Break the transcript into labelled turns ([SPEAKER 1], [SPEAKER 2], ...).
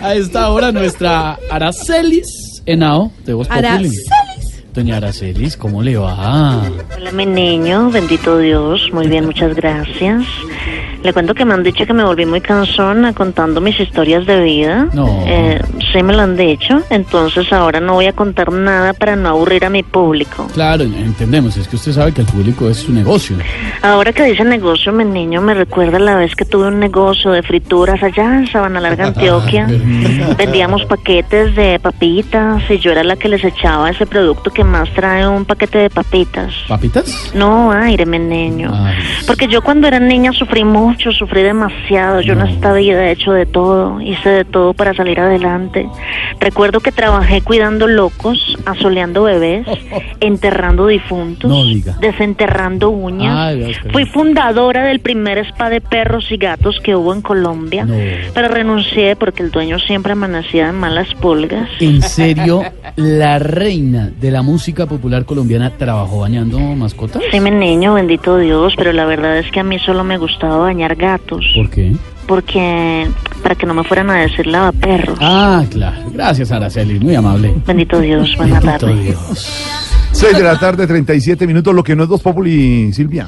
[SPEAKER 1] A esta hora nuestra Aracelis Henao de Voz Populi. Doña Aracelis, ¿cómo le va?
[SPEAKER 2] Hola, mi niño, bendito Dios, muy bien, muchas gracias. Le cuento que me han dicho que me volví muy cansona contando mis historias de vida.
[SPEAKER 1] No.
[SPEAKER 2] Eh, sí me lo han dicho, entonces ahora no voy a contar nada para no aburrir a mi público.
[SPEAKER 1] Claro, entendemos, es que usted sabe que el público es su negocio.
[SPEAKER 2] Ahora que dice negocio, mi niño, me recuerda la vez que tuve un negocio de frituras allá en Sabana Larga, Antioquia. Vendíamos paquetes de papitas y yo era la que les echaba ese producto que más trae un paquete de papitas.
[SPEAKER 1] ¿Papitas?
[SPEAKER 2] No, aire, mi niño.
[SPEAKER 1] Ay.
[SPEAKER 2] Porque yo cuando era niña sufrí mucho, sufrí demasiado. Yo en esta vida he hecho de todo, hice de todo para salir adelante. Recuerdo que trabajé cuidando locos, asoleando bebés, enterrando difuntos,
[SPEAKER 1] No diga.
[SPEAKER 2] desenterrando uñas.
[SPEAKER 1] Ay, Dios, qué
[SPEAKER 2] Fui
[SPEAKER 1] bien.
[SPEAKER 2] fundadora del primer spa de perros y gatos que hubo en Colombia,
[SPEAKER 1] No.
[SPEAKER 2] pero renuncié porque el dueño siempre amanecía en malas pulgas.
[SPEAKER 1] En serio, la reina de la música popular colombiana trabajó bañando mascotas.
[SPEAKER 2] Sí, mi niño, bendito Dios, pero la verdad es que a mí solo me gustaba bañar gatos.
[SPEAKER 1] ¿Por qué?
[SPEAKER 2] porque para que no me fueran a decir lavaperros.
[SPEAKER 1] Ah, claro. Gracias, Aracelis, muy amable.
[SPEAKER 2] Bendito Dios, buena
[SPEAKER 1] Bendito
[SPEAKER 2] tarde.
[SPEAKER 1] Dios.
[SPEAKER 3] 6 de la tarde, 37 minutos, lo que no es Dos Populi, Silvia.